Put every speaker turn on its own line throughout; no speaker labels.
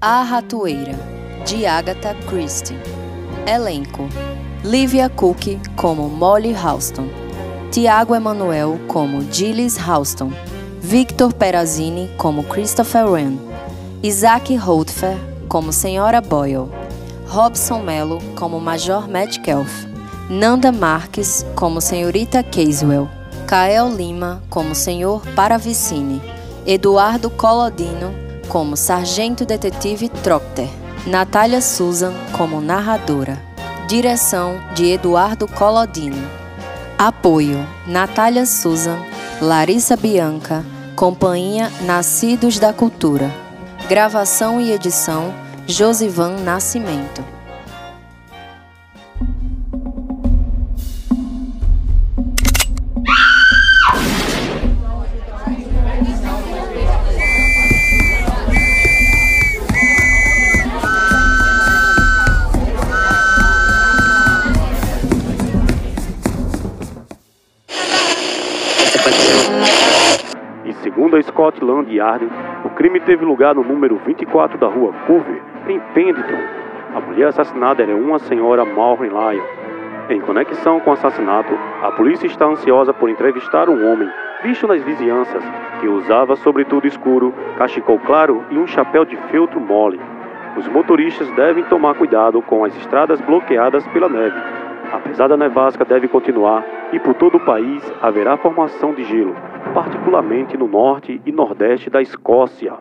A Ratoeira, de Agatha Christie. Elenco: Livia Cook como Molly Houston, Tiago Emanuel como Gilles Houston, Victor Perazini como Christopher Wren, Isaac Holtfer como Senhora Boyle, Robson Mello como Major Metcalf, Nanda Marques como Senhorita Caswell, Kael Lima como Senhor Paravicini, Eduardo Colodino como Sargento Detetive Procter, Natália Susan como narradora. Direção de Eduardo Colodino. Apoio: Natália Susan, Larissa Bianca, Companhia Nascidos da Cultura. Gravação e edição: Josivan Nascimento.
E segundo a Scotland Yard, o crime teve lugar no número 24 da rua Culver, em Pendleton. A mulher assassinada era uma senhora Maureen Lyon. Em conexão com o assassinato, a polícia está ansiosa por entrevistar um homem, visto nas vizinhanças, que usava sobretudo escuro, cachecol claro e um chapéu de feltro mole. Os motoristas devem tomar cuidado com as estradas bloqueadas pela neve. Apesar da nevasca deve continuar e por todo o país haverá formação de gelo, particularmente no norte e nordeste da Escócia.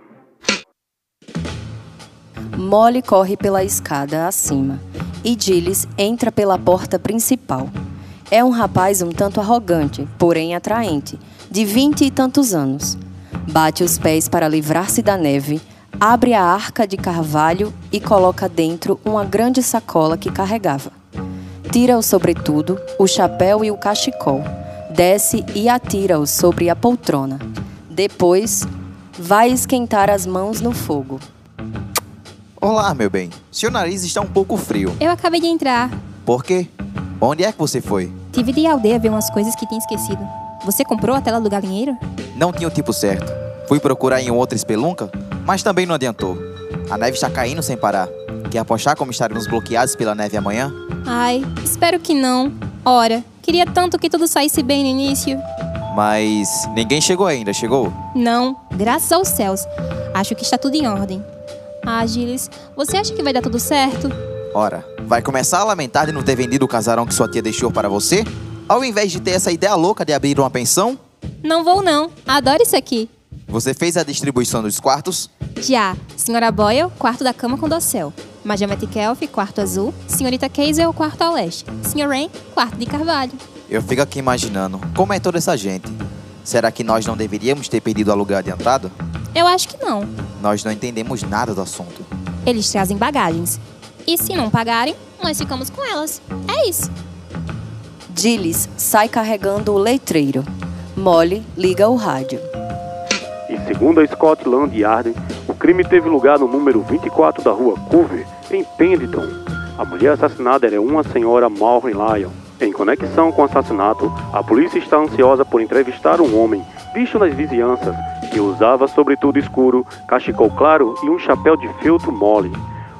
Molly corre pela escada acima e Gilles entra pela porta principal. É um rapaz um tanto arrogante, porém atraente, de vinte e tantos anos. Bate os pés para livrar-se da neve, abre a arca de carvalho e coloca dentro uma grande sacola que carregava. Tira o sobretudo, o chapéu e o cachecol. Desce e atira-os sobre a poltrona. Depois, vai esquentar as mãos no fogo.
Olá, meu bem. Seu nariz está um pouco frio.
Eu acabei de entrar.
Por quê? Onde é que você foi?
Tive de ir à aldeia ver umas coisas que tinha esquecido. Você comprou a tela do galinheiro?
Não tinha o tipo certo. Fui procurar em outra espelunca, mas também não adiantou. A neve está caindo sem parar. Quer apostar como estaremos bloqueados pela neve amanhã?
Ai, espero que não. Ora, queria tanto que tudo saísse bem no início.
Mas ninguém chegou ainda, chegou?
Não, graças aos céus. Acho que está tudo em ordem. Ah, Gilles, você acha que vai dar tudo certo?
Ora, vai começar a lamentar de não ter vendido o casarão que sua tia deixou para você? Ao invés de ter essa ideia louca de abrir uma pensão?
Não vou não. Adoro isso aqui.
Você fez a distribuição dos quartos?
Já, Senhora Boyle, quarto da cama com dossel. Major Metcalf, quarto azul. Senhorita Kaisel, quarto ao leste. Sr. Rain, quarto de carvalho.
Eu fico aqui imaginando como é toda essa gente. Será que nós não deveríamos ter pedido aluguel adiantado?
Eu acho que não.
Nós não entendemos nada do assunto.
Eles trazem bagagens. E se não pagarem, nós ficamos com elas. É isso.
Gilles sai carregando o letreiro. Molly liga o rádio.
E segundo a Scotland Yard, o crime teve lugar no número 24 da rua Culver, em Pendleton. A mulher assassinada era uma senhora Maureen Lyon. Em conexão com o assassinato, a polícia está ansiosa por entrevistar um homem, visto nas vizinhanças, que usava sobretudo escuro, cachecol claro e um chapéu de feltro mole.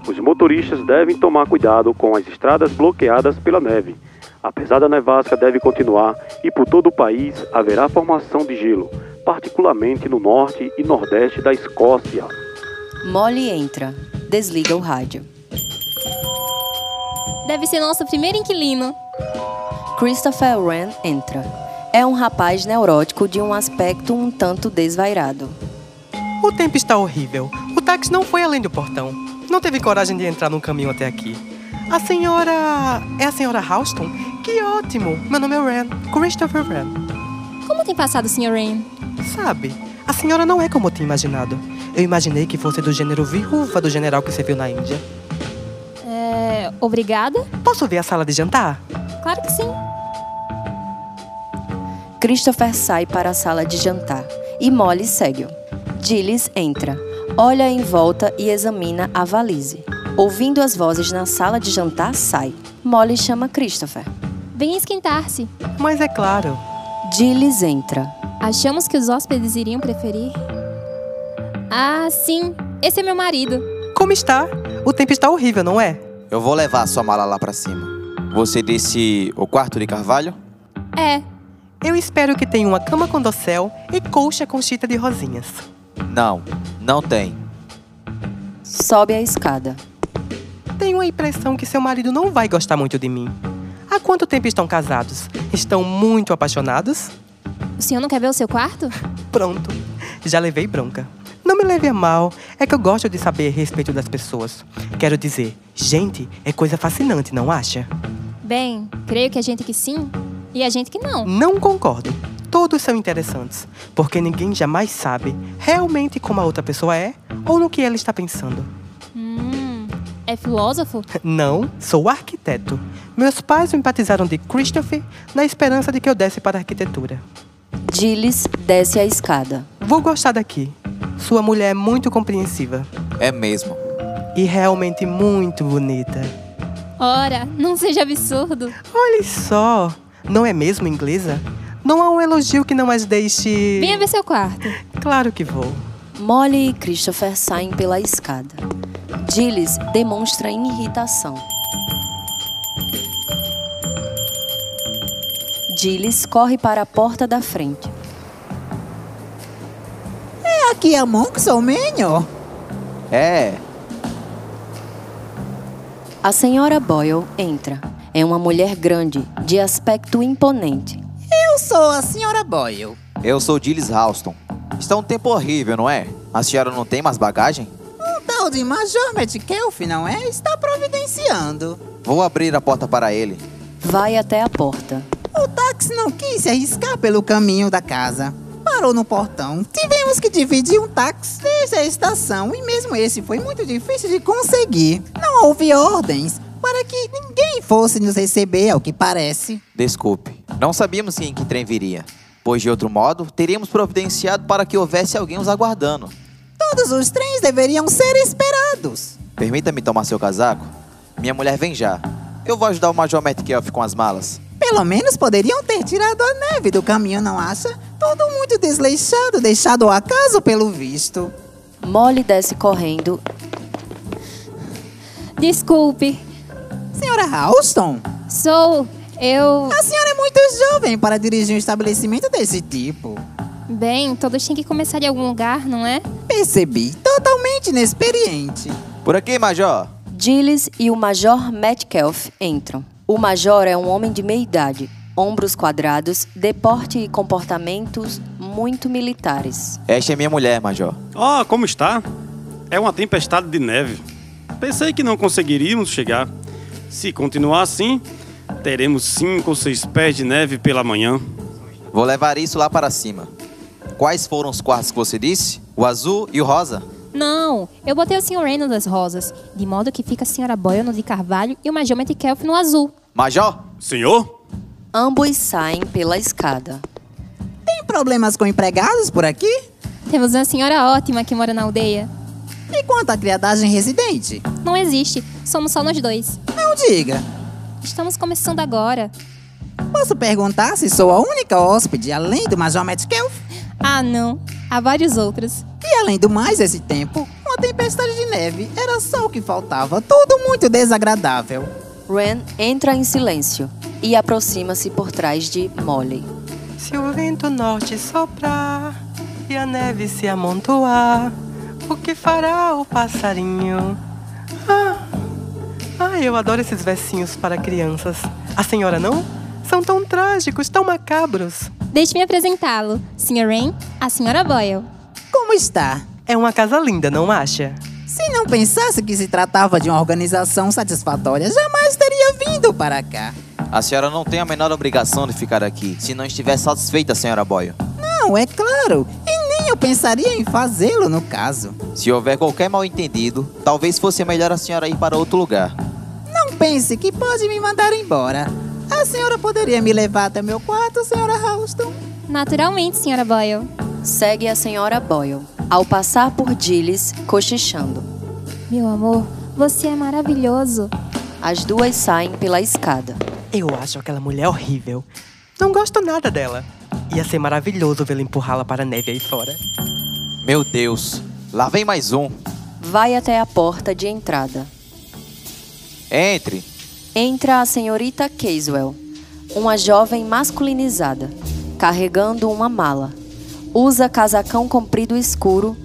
Os motoristas devem tomar cuidado com as estradas bloqueadas pela neve. Apesar da nevasca deve continuar e por todo o país haverá formação de gelo, particularmente no norte e nordeste da Escócia.
Molly entra, desliga o rádio.
Deve ser nosso primeiro inquilino.
Christopher Wren entra. É um rapaz neurótico de um aspecto um tanto desvairado.
O tempo está horrível. O táxi não foi além do portão. Não teve coragem de entrar num caminho até aqui. A senhora. É a senhora Houston? Que ótimo! Meu nome é Ren, Christopher Wren.
Como tem passado, Sr. Rain?
Sabe, a senhora não é como eu tinha imaginado. Eu imaginei que fosse do gênero viúva do general que serviu na Índia.
É, obrigada?
Posso ver a sala de jantar?
Claro que sim.
Christopher sai para a sala de jantar e Molly segue-o. Gilles entra, olha em volta e examina a valise. Ouvindo as vozes na sala de jantar, sai. Molly chama Christopher.
Venha esquentar-se.
Mas é claro,
Gilles entra.
Achamos que os hóspedes iriam preferir. Ah, sim, esse é meu marido.
como como está? O tempo está horrível, não é?
Eu vou levar a sua mala lá pra cima. Você disse o quarto de Carvalho?
É,
Eu espero que tenha uma cama com dossel e colcha com chita de rosinhas.
Não, não tem.
Sobe a escada.
Tenho a impressão que seu marido não vai gostar muito de mim. Há quanto tempo estão casados? Estão muito apaixonados?
o senhor não quer ver o seu quarto?
Pronto, já levei bronca. Não me leve a mal, é que eu gosto de saber a respeito das pessoas. Quero dizer, gente, é coisa fascinante, não acha?
Bem, creio que a gente que sim e a gente que não.
Não concordo. Todos são interessantes, porque ninguém jamais sabe realmente como a outra pessoa é ou no que ela está pensando.
Hum, é filósofo?
Não, sou arquiteto. Meus pais me batizaram de Christopher na esperança de que eu desse para a arquitetura.
Gilles desce a escada.
Vou gostar daqui. Sua mulher é muito compreensiva
É mesmo.
e realmente muito bonita.
Ora, não seja absurdo.
Olhe só, não é mesmo inglesa? Não há um elogio que não as deixe.
Venha ver seu quarto.
Claro que vou.
Molly e Christopher saem pela escada. Gilles demonstra irritação. Gilles corre para a porta da frente.
Aqui é Monks ou Menino?
É,
A senhora Boyle entra. É uma mulher grande, de aspecto imponente.
Eu sou a senhora Boyle.
eu sou Gilles Ralston. Está um tempo horrível, não é? A senhora não tem mais bagagem?
Um tal de Major Metcalf, não é? Está providenciando.
Vou abrir a porta para ele.
Vai até a porta.
O táxi não quis se arriscar pelo caminho da casa. Parou no portão. Tivemos que dividir um táxi desde a estação e mesmo esse foi muito difícil de conseguir. Não houve ordens para que ninguém fosse nos receber, ao que parece.
Desculpe, não sabíamos em que trem viria. Pois, de outro modo, teríamos providenciado para que houvesse alguém os aguardando.
Todos os trens deveriam ser esperados.
Permita-me tomar seu casaco? Minha mulher vem já. Eu vou ajudar o Major Metcalf com as malas.
Pelo menos poderiam ter tirado a neve do caminho, não acha? Todo muito desleixado, deixado ao acaso pelo visto.
Molly desce correndo.
Desculpe,
Senhora Halston,
sou eu.
a senhora é muito jovem para dirigir um estabelecimento desse tipo.
Bem, todos têm que começar de algum lugar, não é?
Percebi, totalmente inexperiente.
Por aqui, Major!
Gilles e o Major Metcalf entram. O Major é um homem de meia idade, ombros quadrados, deporte e comportamentos muito militares.
Esta é minha mulher, Major.
Ah, como está? É uma tempestade de neve. Pensei que não conseguiríamos chegar. Se continuar assim, teremos cinco ou seis pés de neve pela manhã.
Vou levar isso lá para cima. Quais foram os quartos que você disse? O azul e o rosa?
Não, eu botei o Sr. Reynolds das rosas, de modo que fica a Sra. Boyle no de carvalho e o Major Metcalf no azul.
Major?
Senhor?
Ambos saem pela escada.
Tem problemas com empregados por aqui?
Temos uma senhora ótima que mora na aldeia.
E quanto à criadagem residente?
Não existe, somos só nós dois.
Não diga.
Estamos começando agora.
Posso perguntar se sou a única hóspede além do Major Metcalf?
Ah, não, há vários outros.
E além do mais, esse tempo, uma tempestade de neve era só o que faltava. Tudo muito desagradável.
Ren entra em silêncio e aproxima-se por trás de Molly.
Se o vento norte soprar e a neve se amontoar, o que fará o passarinho? Ah, ah, eu adoro esses versinhos para crianças. A senhora não? São tão trágicos, tão macabros.
Deixe-me apresentá-lo, Sr. Rain, a Sra. Boyle.
Como está?
É uma casa linda, não acha?
Se não pensasse que se tratava de uma organização satisfatória, jamais teria vindo para cá.
A senhora não tem a menor obrigação de ficar aqui, se não estiver satisfeita, senhora Boyle.
Não, é claro. E nem eu pensaria em fazê-lo no caso.
Se houver qualquer mal-entendido, talvez fosse melhor a senhora ir para outro lugar.
Não pense que pode me mandar embora. A senhora poderia me levar até meu quarto, senhora Houston?
Naturalmente, Sra. Boyle.
Segue a senhora Boyle, ao passar por Gilles, cochichando.
Meu amor, você é maravilhoso.
As duas saem pela escada.
Eu acho aquela mulher horrível. Não gosto nada dela. Ia ser maravilhoso vê-la empurrá-la para a neve aí fora.
Meu Deus, lá vem mais um.
Vai até a porta de entrada.
Entre.
Entra a senhorita Caswell, uma jovem masculinizada, carregando uma mala. Usa casacão comprido escuro,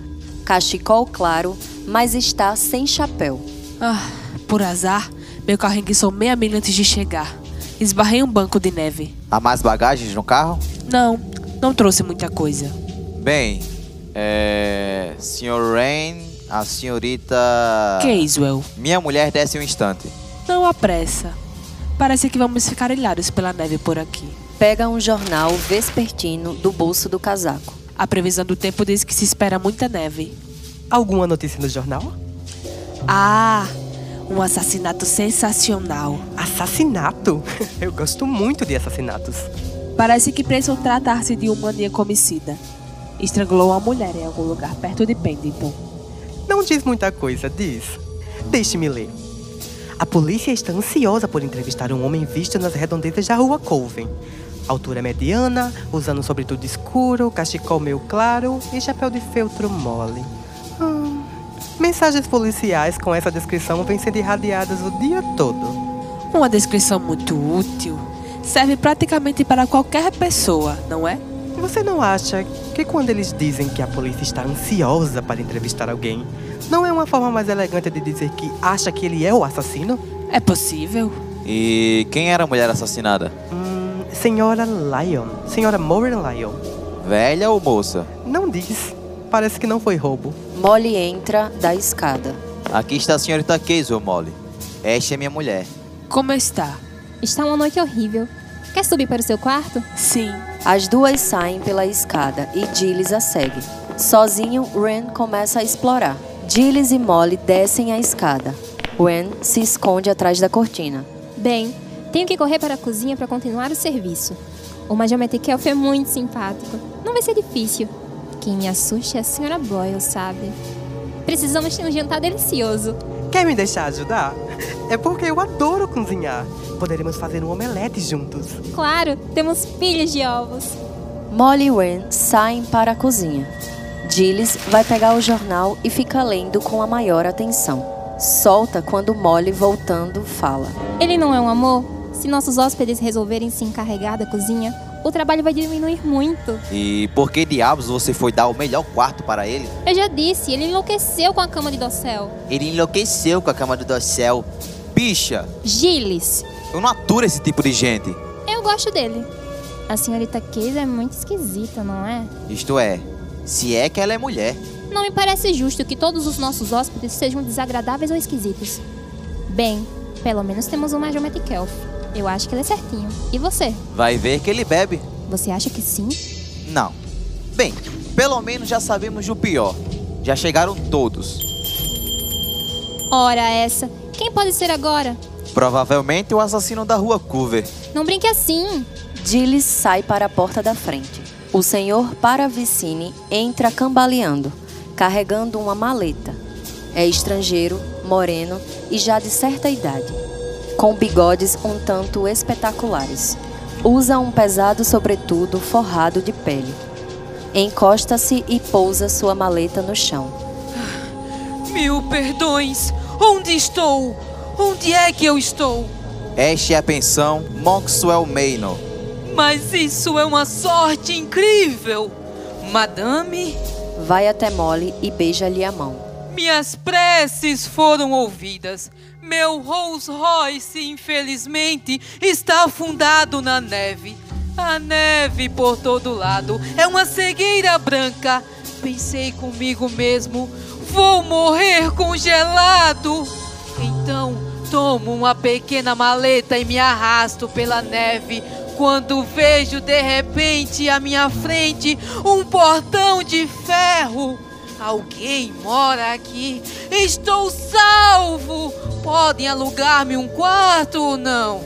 cachecol claro, mas está sem chapéu.
Ah, por azar, meu carro enguiçou meia milha antes de chegar. Esbarrei um banco de neve.
Há mais bagagens no carro?
Não, não trouxe muita coisa.
Bem, é. Sr. Rain, a senhorita.
Caswell,
Minha mulher desce um instante.
não há pressa. Parece que vamos ficar ilhados pela neve por aqui.
Pega um jornal vespertino do bolso do casaco.
A previsão do tempo diz que se espera muita neve.
Alguma notícia no jornal?
Ah, um assassinato sensacional.
Assassinato? Eu gosto muito de assassinatos.
Parece que pensam tratar-se de um maníaco homicida. Estrangulou uma mulher em algum lugar perto de Pendleton.
Não diz muita coisa, diz. Deixe-me ler. A polícia está ansiosa por entrevistar um homem visto nas redondezas da rua Colvin. Altura mediana, usando um sobretudo escuro, cachecol meio claro e chapéu de feltro mole. Hum, mensagens policiais com essa descrição vêm sendo irradiadas o dia todo.
Uma descrição muito útil. Serve praticamente para qualquer pessoa, não é?
Você não acha que quando eles dizem que a polícia está ansiosa para entrevistar alguém, não é uma forma mais elegante de dizer que acha que ele é o assassino?
É possível.
E quem era a mulher assassinada?
Hum, senhora Lyon, senhora Moran Lyon,
Velha ou moça?
não diz. Parece que não foi roubo.
Molly entra da escada.
Aqui está a senhorita Caswell, Molly. Esta é minha mulher.
Como está?
Está uma noite horrível. Quer subir para o seu quarto?
Sim.
As duas saem pela escada e Gilles a segue. Sozinho, Ren começa a explorar. Gilles e Molly descem a escada. Ren se esconde atrás da cortina.
Bem, tenho que correr para a cozinha para continuar o serviço. O Majometic Elf é muito simpático. Não vai ser difícil. Quem me assusta é a senhora Boyle, sabe? Precisamos ter um jantar delicioso.
Quer me deixar ajudar? É porque eu adoro cozinhar. Poderemos fazer um omelete juntos.
Claro, temos pilhas de ovos.
Molly e Ren saem para a cozinha. Gilles vai pegar o jornal e fica lendo com a maior atenção. Solta quando Molly, voltando, fala.
Ele não é um amor? Se nossos hóspedes resolverem se encarregar da cozinha, o trabalho vai diminuir muito.
E por que diabos você foi dar o melhor quarto para ele?
Eu já disse, ele enlouqueceu com a cama de dossel.
Ele enlouqueceu com a cama do dossel. Bicha,
Gilles,
eu não aturo esse tipo de gente.
eu gosto dele. A senhorita Case é muito esquisita, não é?
Isto é, se é que ela é mulher.
Não me parece justo que todos os nossos hóspedes sejam desagradáveis ou esquisitos. Bem, pelo menos temos uma Geometric Elf. Eu acho que ele é certinho. E você?
Vai ver que ele bebe.
Você acha que sim?
Não. Bem, pelo menos já sabemos do pior. Já chegaram todos.
Ora essa! Quem pode ser agora?
Provavelmente o assassino da rua Coover.
Não brinque assim!
Gilles sai para a porta da frente. O senhor Paravicini entra cambaleando, carregando uma maleta. É estrangeiro, moreno e já de certa idade, com bigodes um tanto espetaculares. Usa um pesado sobretudo forrado de pele. Encosta-se e pousa sua maleta no chão.
Mil perdões! Onde estou? Onde é que eu estou?
Esta é a pensão Maxwell Maynor.
Mas isso é uma sorte incrível! Madame,
Vai até Molly e beija-lhe a mão.
minhas preces foram ouvidas. Meu Rolls Royce, infelizmente, está afundado na neve. A neve por todo lado é uma cegueira branca. Pensei comigo mesmo, vou morrer congelado. Então, tomo uma pequena maleta e me arrasto pela neve. Quando vejo de repente à minha frente um portão de ferro. Alguém mora aqui. Estou salvo. Podem alugar-me um quarto ou não?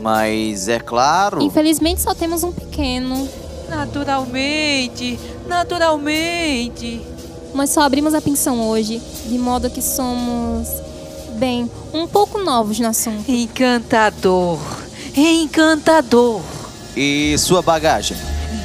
Mas é claro.
Infelizmente só temos um pequeno.
Naturalmente, naturalmente.
Nós só abrimos a pensão hoje, de modo que somos. Bem, um pouco novos no assunto.
Encantador, encantador.
E sua bagagem?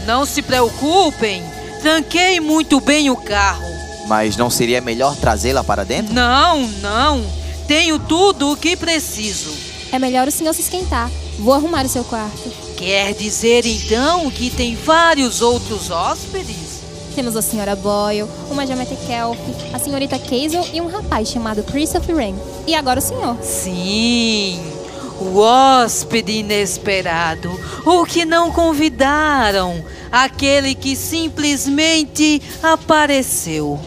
Não se preocupem, tranquei muito bem o carro.
Mas não seria melhor trazê-la para dentro?
Não, não. Tenho tudo o que preciso.
É melhor o senhor se esquentar. Vou arrumar o seu quarto.
Quer dizer então que tem vários outros hóspedes?
Temos a senhora Boyle, uma Jamaica Kelp, a senhorita Kazel e um rapaz chamado Christopher Wren. E agora o senhor.
Sim, o hóspede inesperado, o que não convidaram, aquele que simplesmente apareceu.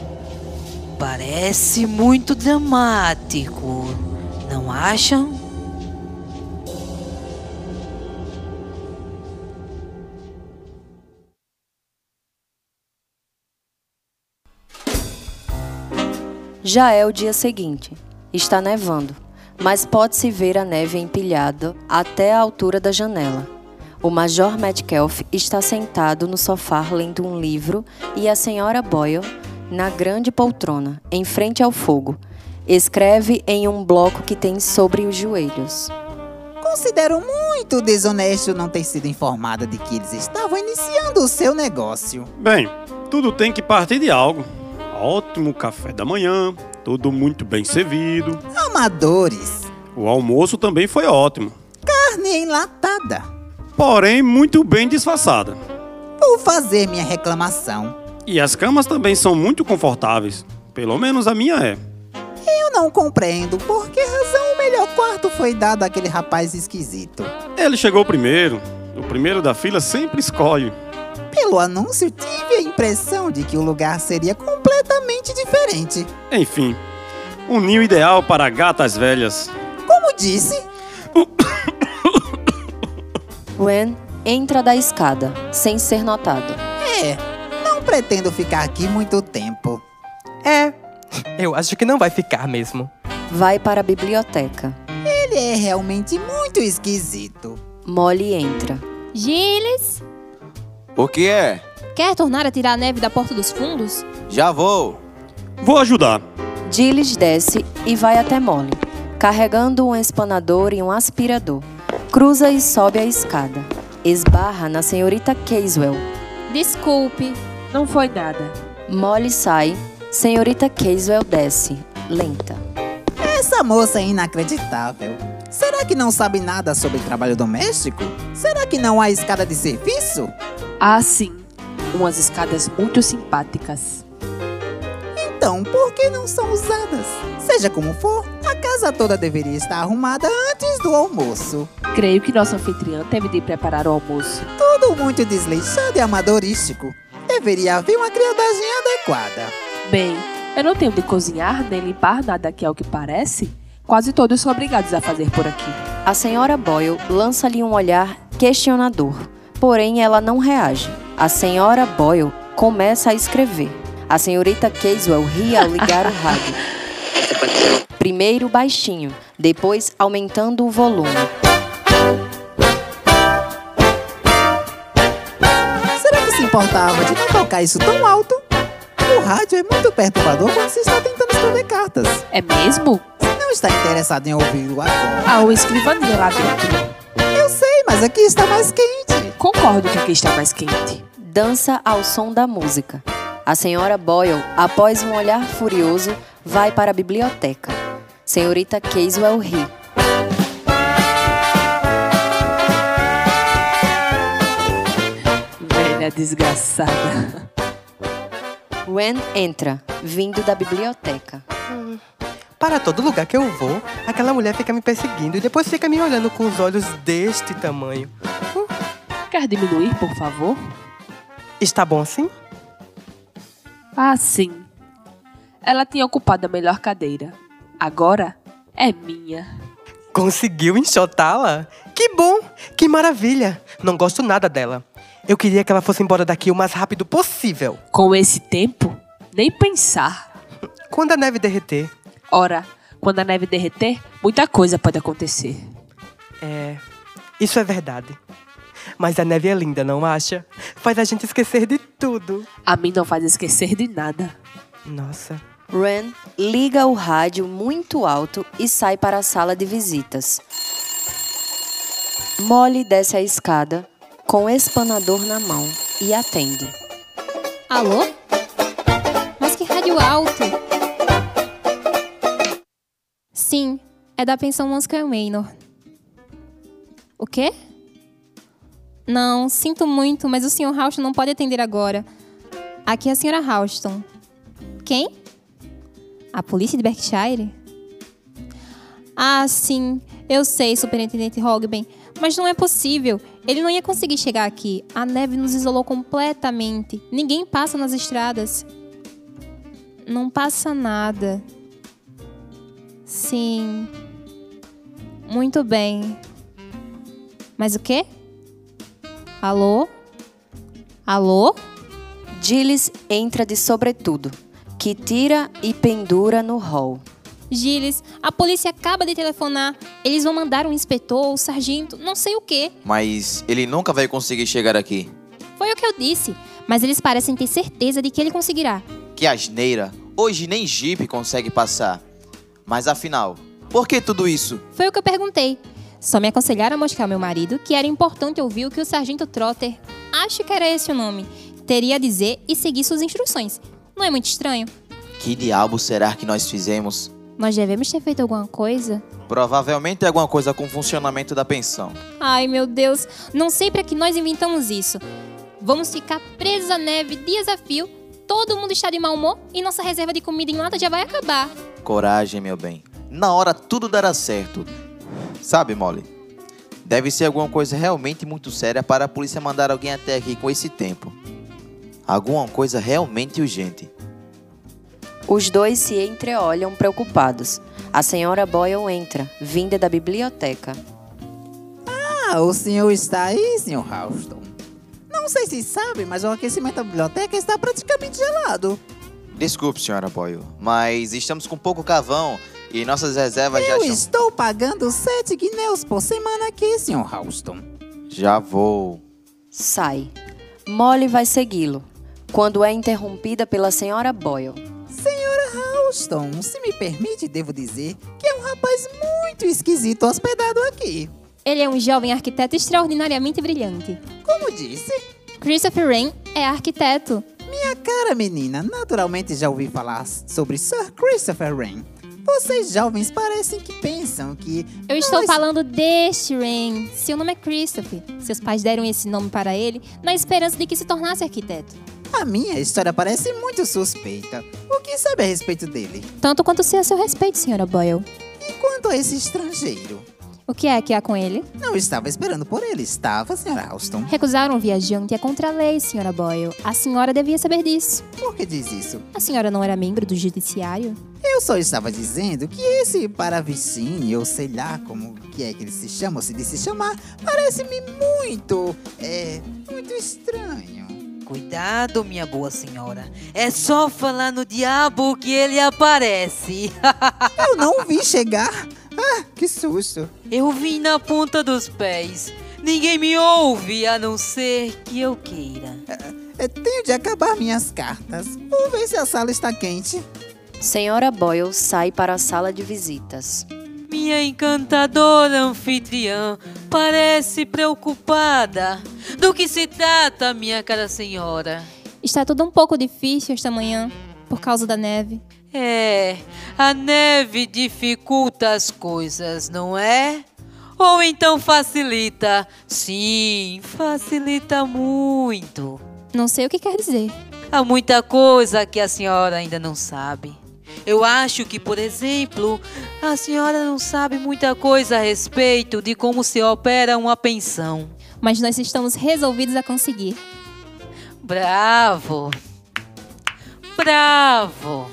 Parece muito dramático, não acham?
Já é o dia seguinte. Está nevando, mas pode-se ver a neve empilhada até a altura da janela. O Major Metcalf está sentado no sofá lendo um livro e a Senhora Boyle, na grande poltrona, em frente ao fogo, escreve em um bloco que tem sobre os joelhos.
Considero muito desonesto não ter sido informada de que eles estavam iniciando o seu negócio.
Bem, tudo tem que partir de algo. Ótimo café da manhã, tudo muito bem servido.
Amadores.
O almoço também foi ótimo,
Carne enlatada.
porém muito bem disfarçada.
Vou fazer minha reclamação.
E as camas também são muito confortáveis. Pelo menos a minha é.
Eu não compreendo por que razão o melhor quarto foi dado àquele rapaz esquisito.
Ele chegou primeiro. O primeiro da fila sempre escolhe.
Pelo anúncio, tive a impressão de que o lugar seria completamente diferente.
Enfim, um ninho ideal para gatas velhas.
Como disse,
Ren entra da escada, sem ser notado.
é, não pretendo ficar aqui muito tempo.
É, eu acho que não vai ficar mesmo.
Vai para a biblioteca.
Ele é realmente muito esquisito.
Molly entra.
Gilles,
O que é?
quer tornar a tirar a neve da porta dos fundos?
Já vou.
Vou ajudar.
Gilles desce e vai até Molly, carregando um espanador e um aspirador. Cruza e sobe a escada. Esbarra na senhorita Caswell.
Desculpe.
Não foi nada.
Molly sai. Senhorita Caswell desce, lenta.
Essa moça é inacreditável. Será que não sabe nada sobre trabalho doméstico? Será que não há escada de serviço?
Ah, sim. Umas escadas muito simpáticas.
Então, por que não são usadas? Seja como for, a casa toda deveria estar arrumada antes do almoço.
Creio que nosso anfitriã deve de preparar o almoço.
Tudo muito desleixado e amadorístico. Deveria haver uma criadagem adequada.
Bem, eu não tenho de cozinhar nem limpar nada que é o que parece. Quase todos são obrigados a fazer por aqui.
A senhora Boyle lança-lhe um olhar questionador, porém ela não reage. A senhora Boyle começa a escrever. A senhorita Caswell ri ao ligar o rádio. Primeiro baixinho, depois aumentando o volume.
Será que se importava de não tocar isso tão alto? O rádio é muito perturbador quando se está tentando escrever cartas.
É mesmo? Ah,
Se não está interessado em ouvi-lo agora,
Há uma escrivaninha lá dentro.
eu sei, mas aqui está mais quente.
Concordo que aqui está mais quente.
dança ao som da música. A senhora Boyle, após um olhar furioso, vai para a biblioteca. Senhorita Caswell ri.
Velha desgraçada.
Wen entra, vindo da biblioteca.
Para todo lugar que eu vou, aquela mulher fica me perseguindo e depois fica me olhando com os olhos deste tamanho. Hum?
Quer diminuir, por favor?
Está bom assim?
Ah, sim. Ela tinha ocupado a melhor cadeira. Agora é minha.
Conseguiu enxotá-la? Que bom! Que maravilha! Não gosto nada dela. Eu queria que ela fosse embora daqui o mais rápido possível.
Com esse tempo, nem pensar.
Quando a neve derreter.
Ora, quando a neve derreter, muita coisa pode acontecer.
É. Isso é verdade. Mas a neve é linda, não acha? Faz a gente esquecer de tudo.
A mim não faz esquecer de nada.
Nossa.
Ren liga o rádio muito alto e sai para a sala de visitas. Molly desce a escada com o espanador na mão e atende.
Alô? Mas que rádio muito alto. Sim, é da pensão Mosca Maynor. O quê? Não, sinto muito, mas o Sr. Houston não pode atender agora. Aqui é a Sra. Houston. Quem? A polícia de Berkshire? Ah, sim. Eu sei, Superintendente Hogben. Mas não é possível. Ele não ia conseguir chegar aqui. A neve nos isolou completamente. Ninguém passa nas estradas. Não passa nada. Sim. Muito bem. Mas o quê? Alô? Alô?
Gilles entra de sobretudo, que tira e pendura no hall.
Gilles, a polícia acaba de telefonar. Eles vão mandar um inspetor, um sargento, não sei o quê.
Mas ele nunca vai conseguir chegar aqui.
Foi o que eu disse. Mas eles parecem ter certeza de que ele conseguirá.
Que asneira! Hoje nem Jeep consegue passar. Mas afinal, por que tudo isso?
Foi o que eu perguntei. Só me aconselharam a mostrar ao meu marido que era importante ouvir o que o sargento Trotter, acho que era esse o nome, teria a dizer e seguir suas instruções. Não é muito estranho?
Que diabo será que nós fizemos?
Nós devemos ter feito alguma coisa?
Provavelmente é alguma coisa com o funcionamento da pensão.
Ai, meu Deus, não sei para que nós inventamos isso. Vamos ficar presos à neve dias a fio, todo mundo está de mau humor e nossa reserva de comida em lata já vai acabar.
Coragem, meu bem. Na hora tudo dará certo. Sabe, Molly? Deve ser alguma coisa realmente muito séria para a polícia mandar alguém até aqui com esse tempo. Alguma coisa realmente urgente.
Os dois se entreolham preocupados. A senhora Boyle entra, vinda da biblioteca.
Ah, o senhor está aí, senhor Houston. Não sei se sabe, mas o aquecimento da biblioteca está praticamente gelado.
Desculpe, senhora Boyle, mas estamos com pouco carvão e nossas reservas já
Eu
estão.
estou pagando sete guineus por semana aqui, senhor Houston.
Já vou.
Sai. Molly vai segui-lo, quando é interrompida pela senhora Boyle.
Houston, se me permite, devo dizer que é um rapaz muito esquisito hospedado aqui.
Ele é um jovem arquiteto extraordinariamente brilhante.
Como disse,
Christopher Wren é arquiteto.
minha cara menina, naturalmente já ouvi falar sobre Sir Christopher Wren. Vocês jovens parecem que pensam que
Eu estou
nós
falando deste Wren. Seu nome é Christopher. Seus pais deram esse nome para ele na esperança de que se tornasse arquiteto.
A minha história parece muito suspeita. O que sabe a respeito dele?
Tanto quanto sei a seu respeito, senhora Boyle.
E quanto a esse estrangeiro?
O que é que há com ele?
Não estava esperando por ele, estava, senhora Alston.
Recusaram o viajante é contra a lei, senhora Boyle. A senhora devia saber disso.
Por que diz isso?
A senhora não era membro do judiciário?
Eu só estava dizendo que esse paravicine, ou sei lá como que é que ele se chama, ou se disse chamar, parece-me muito, é, muito estranho.
Cuidado, minha boa senhora. É só falar no diabo que ele aparece.
Eu não o vi chegar. Ah, que susto.
Eu vim na ponta dos pés. Ninguém me ouve a não ser que eu queira.
Eu tenho de acabar minhas cartas. Vou ver se a sala está quente.
Senhora Boyle sai para a sala de visitas.
Minha encantadora anfitriã parece preocupada. Do que se trata, minha cara senhora?
Está tudo um pouco difícil esta manhã, por causa da neve.
É, a neve dificulta as coisas, não é? Ou então facilita? Sim, facilita muito.
Não sei o que quer dizer.
Há muita coisa que a senhora ainda não sabe. Eu acho que, por exemplo, a senhora não sabe muita coisa a respeito de como se opera uma pensão.
Mas nós estamos resolvidos a conseguir.
Bravo! Bravo!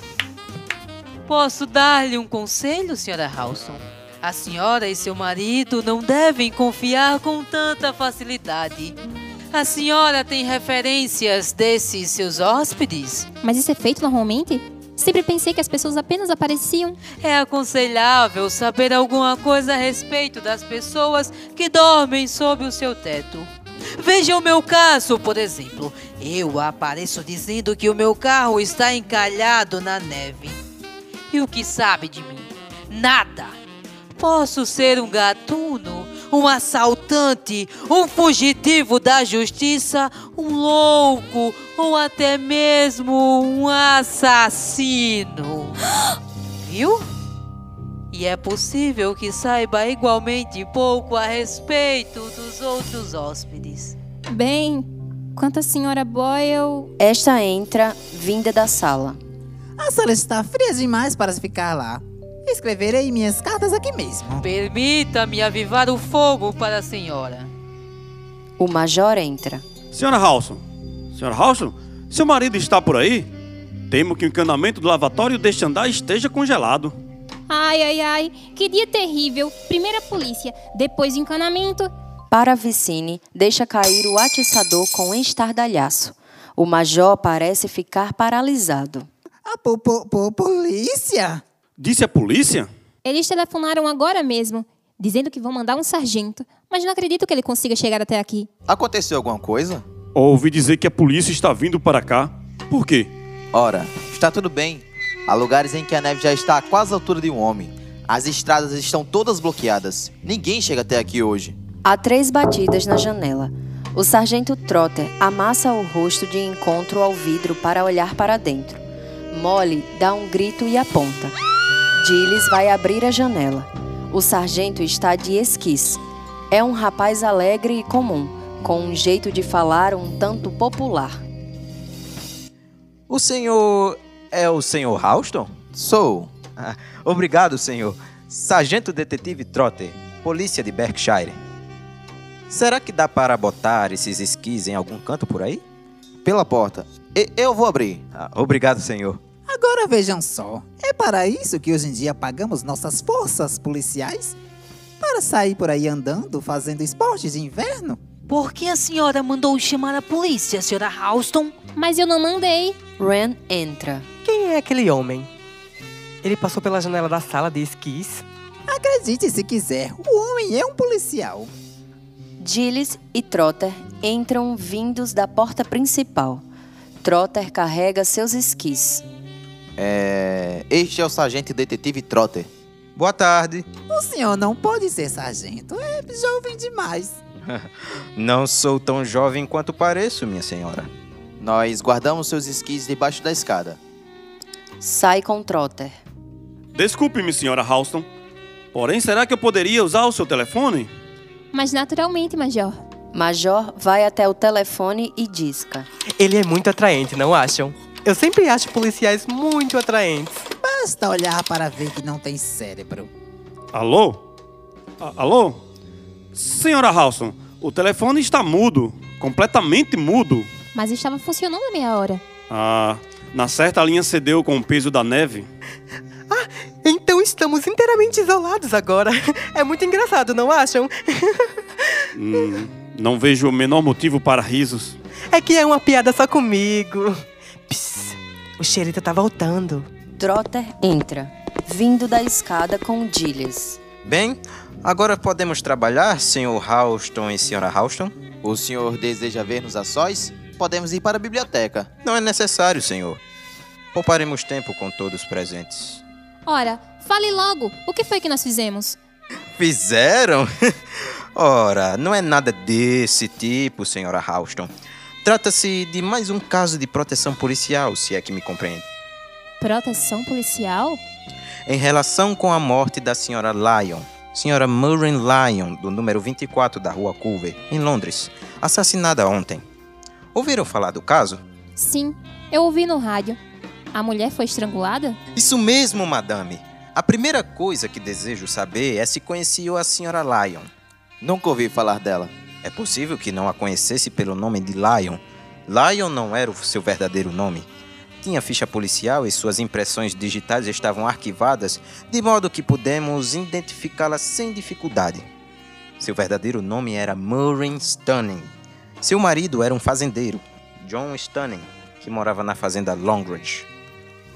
Posso dar-lhe um conselho, senhora Halson? A senhora e seu marido não devem confiar com tanta facilidade. A senhora tem referências desses seus hóspedes?
Mas isso é feito normalmente? Sempre pensei que as pessoas apenas apareciam.
É aconselhável saber alguma coisa a respeito das pessoas que dormem sob o seu teto. Veja o meu caso, por exemplo. Eu apareço dizendo que o meu carro está encalhado na neve. E o que sabe de mim? Nada. Posso ser um gatuno, um assaltante, um fugitivo da justiça, um louco ou até mesmo um assassino. Viu? E é possível que saiba igualmente pouco a respeito dos outros hóspedes.
Bem, quanto à senhora Boyle.
Esta entra, vinda da sala.
A sala está fria demais para ficar lá. Escreverei minhas cartas aqui mesmo.
Permita-me avivar o fogo para a senhora.
O major entra.
Senhora Halson, senhora Halson, seu marido está por aí? Temo que o encanamento do lavatório deste andar esteja congelado.
Ai, ai, ai, que dia terrível. Primeiro a polícia, depois o encanamento.
Para Vicine, deixa cair o atiçador com estardalhaço. O major parece ficar paralisado.
A po- po- po- polícia?
Disse a polícia?
Eles telefonaram agora mesmo, dizendo que vão mandar um sargento, mas não acredito que ele consiga chegar até aqui.
Aconteceu alguma coisa?
Ouvi dizer que a polícia está vindo para cá. Por quê?
Ora, está tudo bem. Há lugares em que a neve já está a quase a altura de um homem. As estradas estão todas bloqueadas. Ninguém chega até aqui hoje.
Há três batidas na janela. O sargento Trotter amassa o rosto de encontro ao vidro para olhar para dentro. Molly dá um grito e aponta. Gilles vai abrir a janela. O sargento está de esquis. É um rapaz alegre e comum, com um jeito de falar um tanto popular.
O senhor é o senhor Houston? Ah,
Sou.
Obrigado, senhor. Sargento Detetive Trotter, Polícia de Berkshire. Será que dá para botar esses esquis em algum canto por aí?
Pela porta. E- eu vou abrir.
Ah, obrigado, senhor.
Agora vejam só. É para isso que hoje em dia pagamos nossas forças policiais? Para sair por aí andando, fazendo esportes de inverno?
Por que a senhora mandou chamar a polícia, senhora Houston?
Mas eu não mandei.
Ren entra.
Quem é aquele homem? Ele passou pela janela da sala de esquis.
Acredite se quiser, o homem é um policial.
Gilles e Trotter entram vindos da porta principal. Trotter carrega seus esquis.
É, Este é o Sargento Detetive Trotter.
Boa tarde.
O senhor não pode ser sargento, é jovem demais.
Não sou tão jovem quanto pareço, minha senhora.
Nós guardamos seus esquis debaixo da escada.
Sai com Trotter.
Desculpe-me, senhora Halston. Porém, será que eu poderia usar o seu telefone?
Mas naturalmente, Major.
Major vai até o telefone e disca.
Ele é muito atraente, não acham? Eu sempre acho policiais muito atraentes.
Basta olhar para ver que não tem cérebro.
Alô? A- alô? Senhora Halston, o telefone está mudo. Completamente mudo.
Mas estava funcionando há meia hora.
Ah, na certa a linha cedeu com o peso da neve.
Então estamos inteiramente isolados agora. É muito engraçado, não acham?
Hum, não vejo o menor motivo para risos.
É que é uma piada só comigo. Psst, o xerita tá voltando.
Trotter entra, vindo da escada com Gilles.
Bem, agora podemos trabalhar, senhor Houston e senhora Houston?
O senhor deseja ver-nos a sós? Podemos ir para a biblioteca.
Não é necessário, senhor. Pouparemos tempo com todos presentes.
Ora, fale logo, o que foi que nós fizemos?
Fizeram? Ora, não é nada desse tipo, senhora Houston. Trata-se de mais um caso de proteção policial, se é que me compreende.
Proteção policial?
Em relação com a morte da senhora Lyon, senhora Murray Lyon, do número 24 da rua Culver, em Londres, assassinada ontem. Ouviram falar do caso?
Sim, eu ouvi no rádio. A mulher foi estrangulada?
Isso mesmo, madame. A primeira coisa que desejo saber é se conheceu a senhora Lyon.
Nunca ouvi falar dela.
É possível que não a conhecesse pelo nome de Lion. Lion não era o seu verdadeiro nome. Tinha ficha policial e suas impressões digitais estavam arquivadas, de modo que pudemos identificá-la sem dificuldade. Seu verdadeiro nome era Maureen Stunning. Seu marido era um fazendeiro, John Stunning, que morava na fazenda Longridge.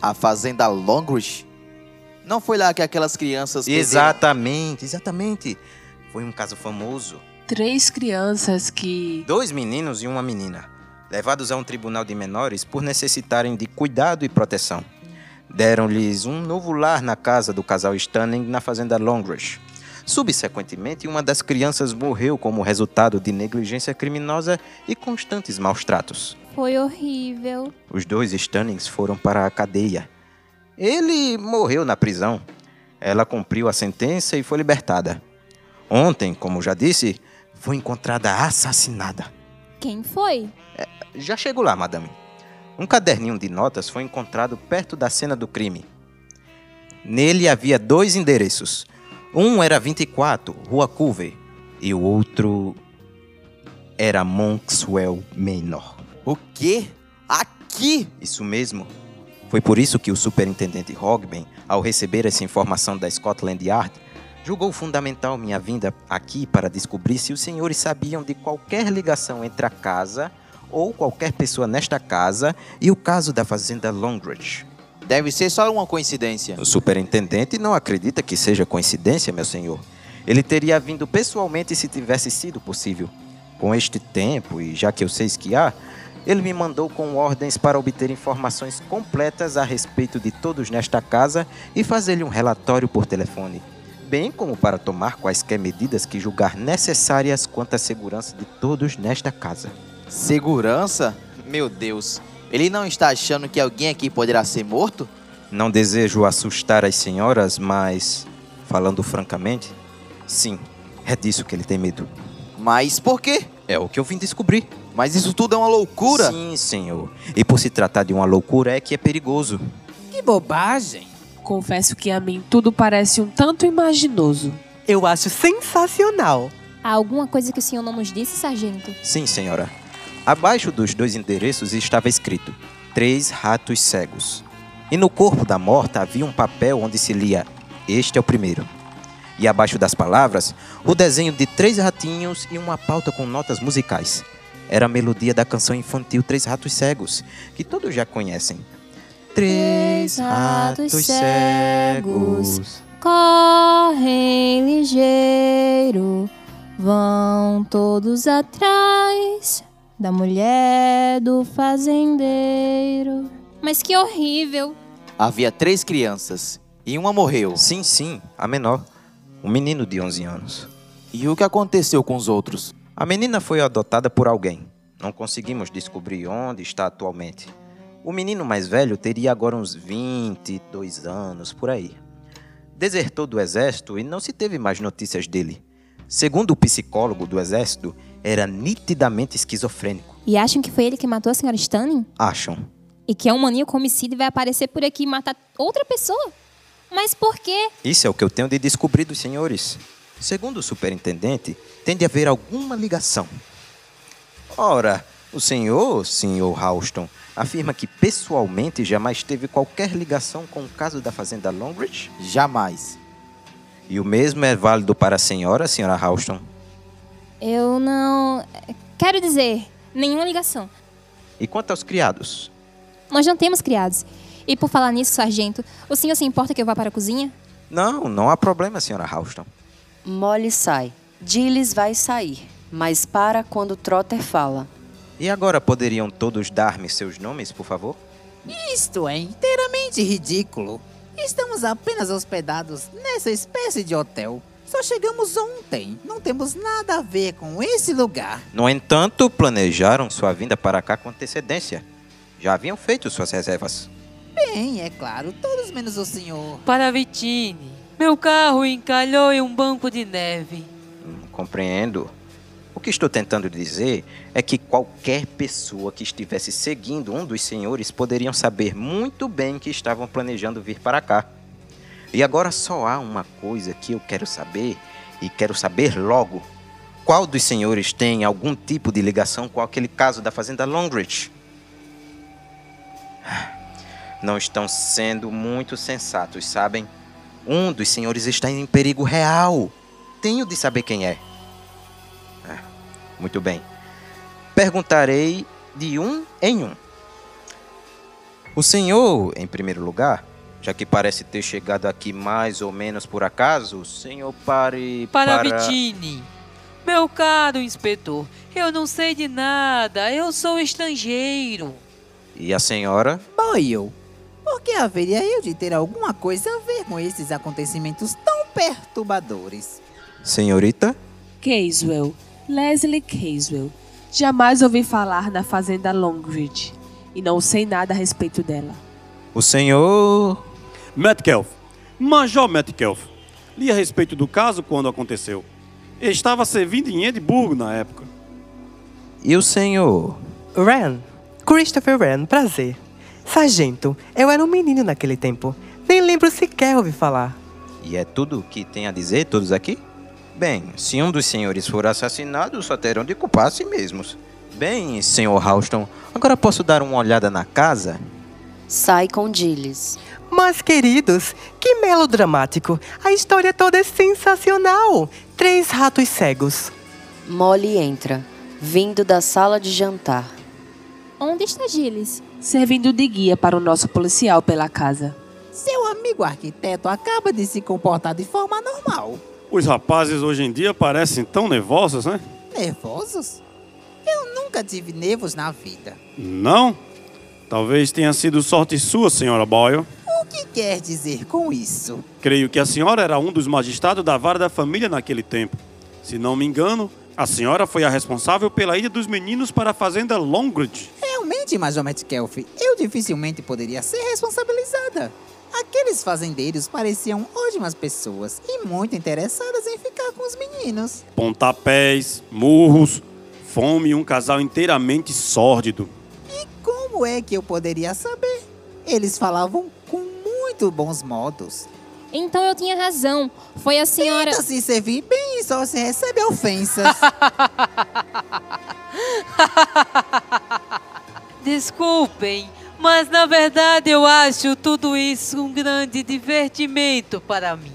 A Fazenda Longridge? Não foi lá que aquelas crianças... perderam-
Exatamente, exatamente. Foi um caso famoso.
Três crianças que.
dois meninos e uma menina, levados a um tribunal de menores por necessitarem de cuidado e proteção. Deram-lhes um novo lar na casa do casal Stanning na fazenda Longridge. Subsequentemente, uma das crianças morreu como resultado de negligência criminosa e constantes maus tratos.
Foi horrível.
Os dois Stunnings foram para a cadeia. Ele morreu na prisão. Ela cumpriu a sentença e foi libertada. Ontem, como já disse, foi encontrada assassinada.
Quem foi?
Já chego lá, madame. Um caderninho de notas foi encontrado perto da cena do crime. Nele havia dois endereços. Um era 24, Rua Culver, e o outro era Monkswell Menor.
O quê? Aqui?
Isso mesmo. Foi por isso que o superintendente Hogben, ao receber essa informação da Scotland Yard, julgou fundamental minha vinda aqui para descobrir se os senhores sabiam de qualquer ligação entre a casa ou qualquer pessoa nesta casa e o caso da fazenda Longridge.
Deve ser só uma coincidência.
O superintendente não acredita que seja coincidência, meu senhor. Ele teria vindo pessoalmente se tivesse sido possível. Com este tempo, e já que eu sei esquiar, ele me mandou com ordens para obter informações completas a respeito de todos nesta casa e fazer-lhe um relatório por telefone, bem como para tomar quaisquer medidas que julgar necessárias quanto à segurança de todos nesta casa.
Segurança? Meu Deus. Ele não está achando que alguém aqui poderá ser morto?
Não desejo assustar as senhoras, mas, falando francamente, sim, é disso que ele tem medo.
Mas por quê?
É o que eu vim descobrir.
Mas isso tudo é uma loucura.
Sim, senhor. E por se tratar de uma loucura é que é perigoso.
Que bobagem.
Confesso que a mim tudo parece um tanto imaginoso.
Eu acho sensacional.
Há alguma coisa que o senhor não nos disse, sargento?
Sim, senhora. Abaixo dos dois endereços estava escrito: Três ratos cegos. E no corpo da morta havia um papel onde se lia: Este é o primeiro. E abaixo das palavras, o desenho de três ratinhos e uma pauta com notas musicais. Era a melodia da canção infantil Três Ratos Cegos, que todos já conhecem. Três ratos cegos.
correm ligeiro, vão todos atrás da mulher do fazendeiro. Mas que horrível!
Havia três crianças e uma morreu.
Sim, sim, a menor. Um menino de 11 anos.
E o que aconteceu com os outros?
A menina foi adotada por alguém. Não conseguimos descobrir onde está atualmente. O menino mais velho teria agora uns 22 anos, por aí. Desertou do exército e não se teve mais notícias dele. Segundo o psicólogo do exército, era nitidamente esquizofrênico.
E acham que foi ele que matou a senhora Stanning?
Acham.
E que é um maníaco homicida e vai aparecer por aqui e matar outra pessoa? Mas por quê?
Isso é o que eu tenho de descobrir dos senhores. Segundo o superintendente, tem de haver alguma ligação. Ora, o senhor, senhor Houston, afirma que pessoalmente jamais teve qualquer ligação com o caso da fazenda Longridge?
Jamais.
E o mesmo é válido para a senhora, senhora Houston?
Eu não. Quero dizer, nenhuma ligação.
E quanto aos criados?
Nós não temos criados. E por falar nisso, sargento, o senhor se importa que eu vá para a cozinha?
Não, não há problema, senhora Houston.
Molly sai. Gilles vai sair, mas para quando Trotter fala.
E agora poderiam todos dar-me seus nomes, por favor?
Isto é inteiramente ridículo. Estamos apenas hospedados nessa espécie de hotel. Só chegamos ontem. Não temos nada a ver com esse lugar.
No entanto, planejaram sua vinda para cá com antecedência. Já haviam feito suas reservas.
Bem, é claro, todos menos o senhor.
Para Vitine, meu carro encalhou em um banco de neve.
Hum, Compreendo. O que estou tentando dizer é que qualquer pessoa que estivesse seguindo um dos senhores poderiam saber muito bem que estavam planejando vir para cá. E agora só há uma coisa que eu quero saber e quero saber logo. Qual dos senhores tem algum tipo de ligação com aquele caso da fazenda Longridge? Não estão sendo muito sensatos, sabem? Um dos senhores está em perigo real. Tenho de saber quem é. Ah, Muito bem. Perguntarei de um em um. O senhor, em primeiro lugar, já que parece ter chegado aqui mais ou menos por acaso, o senhor pare
Para, Vitine, meu caro inspetor, eu não sei de nada, eu sou estrangeiro.
E a senhora?
Boyle, por que haveria eu de ter alguma coisa a ver com esses acontecimentos tão perturbadores?
Senhorita?
Caswell, Leslie Caswell. Jamais ouvi falar na fazenda Longridge e não sei nada a respeito dela.
O senhor.
Metcalf, Major Metcalf, li a respeito do caso quando aconteceu. Estava servindo em Edimburgo na época.
E o senhor?
Ren. Christopher Ren, prazer. Sargento, eu era um menino naquele tempo. Nem lembro sequer ouvir falar.
E é tudo o que tem a dizer, todos aqui? Bem, se um dos senhores for assassinado, só terão de culpar a si mesmos. Bem, senhor Ralston, agora posso dar uma olhada na casa?
Sai com Gilles.
Mas, queridos, que melodramático! A história toda é sensacional! Três ratos cegos.
Molly entra, vindo da sala de jantar.
Onde está Gilles?
Servindo de guia para o nosso policial pela casa.
Seu amigo arquiteto acaba de se comportar de forma normal.
Os rapazes hoje em dia parecem tão nervosos, né?
Nervosos? Eu nunca tive nervos na vida.
Não? Talvez tenha sido sorte sua, senhora Boyle.
O que quer dizer com isso?
Creio que a senhora era um dos magistrados da vara da família naquele tempo. Se não me engano, a senhora foi a responsável pela ida dos meninos para a fazenda Longridge.
Realmente, Major Metcalf, eu dificilmente poderia ser responsabilizada. Aqueles fazendeiros pareciam ótimas pessoas e muito interessadas em ficar com os meninos.
Pontapés, murros, fome e um casal inteiramente sórdido.
E como é que eu poderia saber? Eles falavam com muito bons modos.
Então eu tinha razão. Foi a senhora.
Tenta se servir bem e só se recebe ofensas.
Desculpem, mas na verdade eu acho tudo isso um grande divertimento para mim.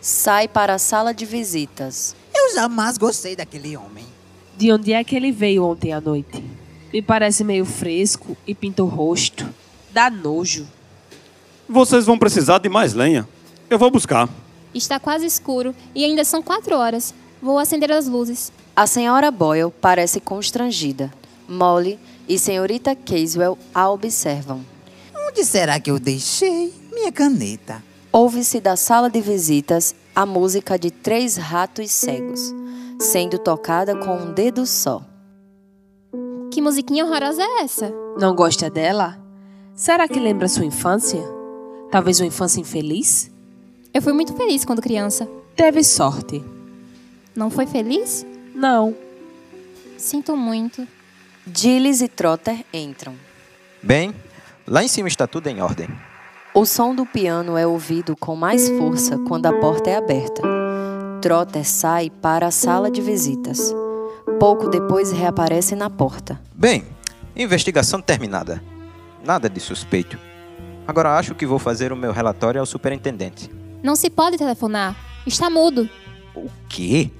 Sai para a sala de visitas.
eu jamais gostei daquele homem.
De onde é que ele veio ontem à noite? Me parece meio fresco e pinta o rosto. Dá nojo.
Vocês vão precisar de mais lenha. Eu vou buscar.
Está quase escuro e ainda são quatro horas. Vou acender as luzes.
A senhora Boyle parece constrangida. Molly e senhorita Caswell a observam.
Onde será que eu deixei minha caneta?
Ouve-se da sala de visitas a música de Três Ratos Cegos, sendo tocada com um dedo só.
Que musiquinha horrorosa é essa?
Não gosta dela? Será que lembra sua infância? Talvez uma infância infeliz?
Eu fui muito feliz quando criança.
Teve sorte.
Não foi feliz?
Não.
Sinto muito.
Gilles e Trotter entram.
Bem, lá em cima está tudo em ordem.
O som do piano é ouvido com mais força quando a porta é aberta. Trotter sai para a sala de visitas. Pouco depois reaparece na porta.
Bem, investigação terminada. Nada de suspeito. Agora acho que vou fazer o meu relatório ao superintendente.
Não se pode telefonar. Está mudo.
O quê?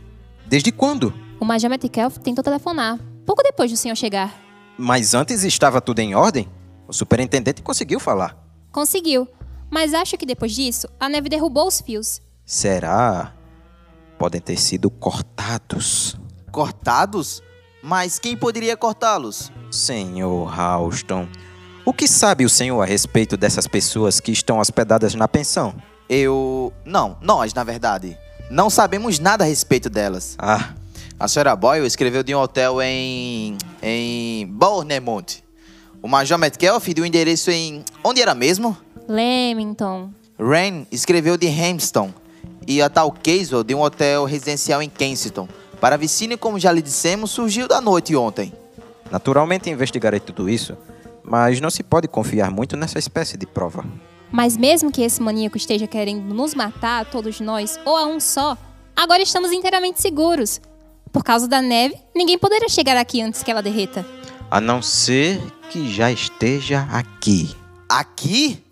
Desde quando?
O Major Metcalf tentou telefonar. Pouco depois do senhor chegar.
Mas antes estava tudo em ordem? O superintendente conseguiu falar.
Conseguiu. Mas acho que depois disso, a neve derrubou os fios.
Será? Podem ter sido cortados.
Cortados? Mas quem poderia cortá-los?
Senhor Ralston, o que sabe o senhor a respeito dessas pessoas que estão hospedadas na pensão?
Eu. Não, nós, na verdade. Não sabemos nada a respeito delas.
Ah,
A senhora Boyle escreveu de um hotel em. em. Bournemouth. O Major Metcalf de um endereço em. onde era mesmo?
Lemington.
Ren escreveu de Hampston. E a tal Caswell de um hotel residencial em Kensington. Para a Vicine, como já lhe dissemos, surgiu da noite ontem.
naturalmente investigarei tudo isso, mas não se pode confiar muito nessa espécie de prova.
Mas mesmo que esse maníaco esteja querendo nos matar, todos nós, ou a um só, agora estamos inteiramente seguros. Por causa da neve, ninguém poderá chegar aqui antes que ela derreta.
A não ser que já esteja aqui.
Aqui?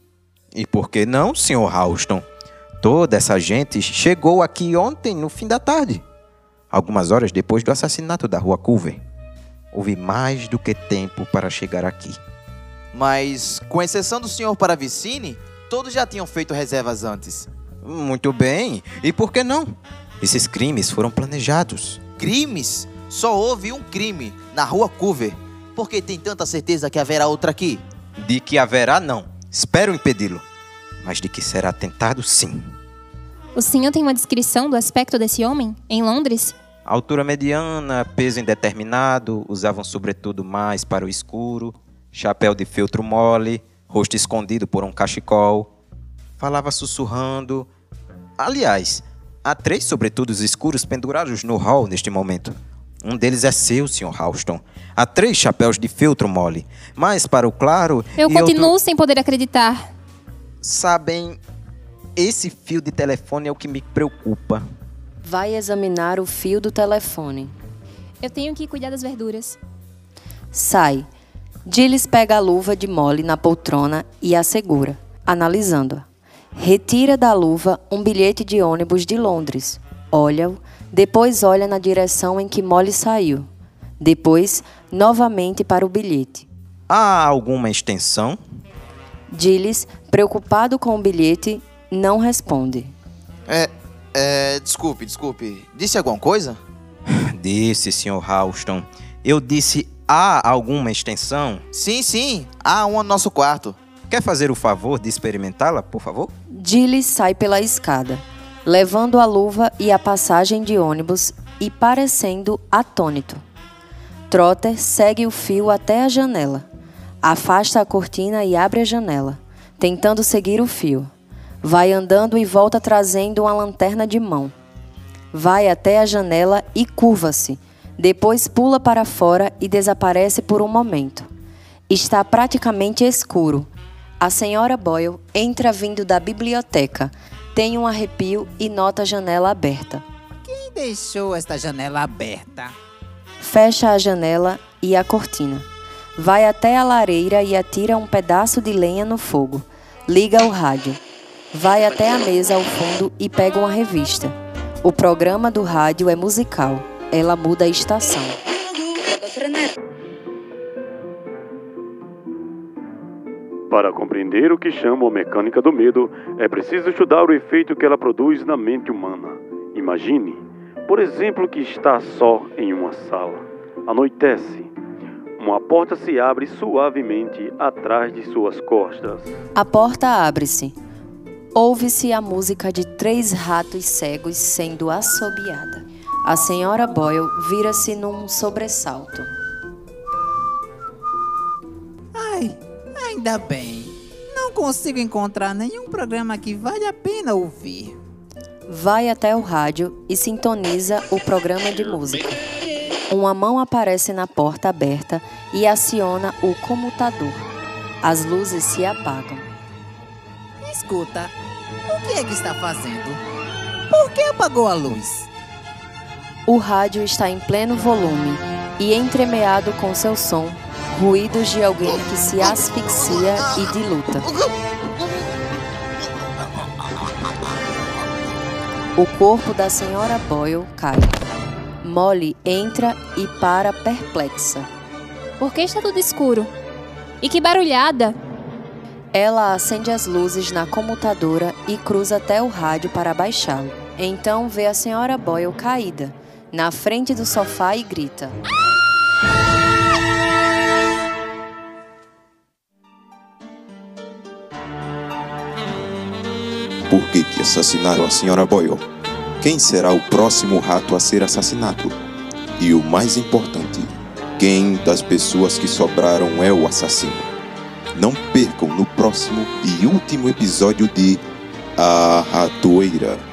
E por que não, senhor Ralston? Toda essa gente chegou aqui ontem no fim da tarde, algumas horas depois do assassinato da rua Culver. Houve mais do que tempo para chegar aqui.
Mas, com exceção do senhor para a Vicine, todos já tinham feito reservas antes.
Muito bem, e por que não? Esses crimes foram planejados.
Crimes? Só houve um crime na rua Culver. Por que tem tanta certeza que haverá outra aqui?
De que haverá, não. Espero impedi-lo. Mas de que será tentado, sim.
O senhor tem uma descrição do aspecto desse homem em Londres?
Altura mediana, peso indeterminado, usavam sobretudo mais para o escuro, chapéu de feltro mole, rosto escondido por um cachecol. Falava sussurrando. Aliás, há três sobretudos escuros pendurados no hall neste momento. Um deles é seu, Sr. Houston. Há três chapéus de feltro mole, mais para o claro
Eu
e outro-
continuo sem poder acreditar.
Sabem, esse fio de telefone é o que me preocupa.
Vai examinar o fio do telefone.
Eu tenho que cuidar das verduras.
Sai. Gilles pega a luva de mole na poltrona e a segura, analisando-a. Retira da luva um bilhete de ônibus de Londres. Olha-o, depois olha na direção em que Molly saiu. Depois, novamente para o bilhete.
Há alguma extensão?
Gilles, preocupado com o bilhete, não responde.
É, é, desculpe, desculpe. Disse alguma coisa?
Disse, Sr. Houston. Eu disse: há alguma extensão?
Sim, sim. Há uma no nosso quarto.
Quer fazer o favor de experimentá-la, por favor?
Gilles sai pela escada, levando a luva e a passagem de ônibus e parecendo atônito. Trotter segue o fio até a janela. Afasta a cortina e abre a janela, tentando seguir o fio. Vai andando e volta trazendo uma lanterna de mão. Vai até a janela e curva-se. Depois pula para fora e desaparece por um momento. Está praticamente escuro. A senhora Boyle entra vindo da biblioteca. Tem um arrepio e nota a janela aberta.
Quem deixou esta janela aberta?
Fecha a janela e a cortina. Vai até a lareira e atira um pedaço de lenha no fogo. Liga o rádio. Vai até a mesa ao fundo e pega uma revista. O programa do rádio é musical. Ela muda a estação.
Para compreender o que chamam a mecânica do medo, é preciso estudar o efeito que ela produz na mente humana. Imagine, por exemplo, que está só em uma sala. Anoitece. Uma porta se abre suavemente atrás de suas costas.
A porta abre-se. Ouve-se a música de três ratos cegos sendo assobiada. A senhora Boyle vira-se num sobressalto.
Ai, ainda bem. Não consigo encontrar nenhum programa que vale a pena ouvir.
Vai até o rádio e sintoniza o programa de música. Uma mão aparece na porta aberta e aciona o comutador. As luzes se apagam.
Escuta, o que é que está fazendo? Por que apagou a luz?
O rádio está em pleno volume e entremeado com seu som, ruídos de alguém que se asfixia e diluta. O corpo da senhora Boyle cai. Molly entra e para perplexa.
Por que está tudo escuro? E que barulhada!
Ela acende as luzes na comutadora e cruza até o rádio para baixá-lo. Então vê a senhora Boyle caída, na frente do sofá e grita.
Por que, que assassinaram a senhora Boyle? Quem será o próximo rato a ser assassinado? E o mais importante, quem das pessoas que sobraram é o assassino? Não percam no próximo e último episódio de A Ratoeira.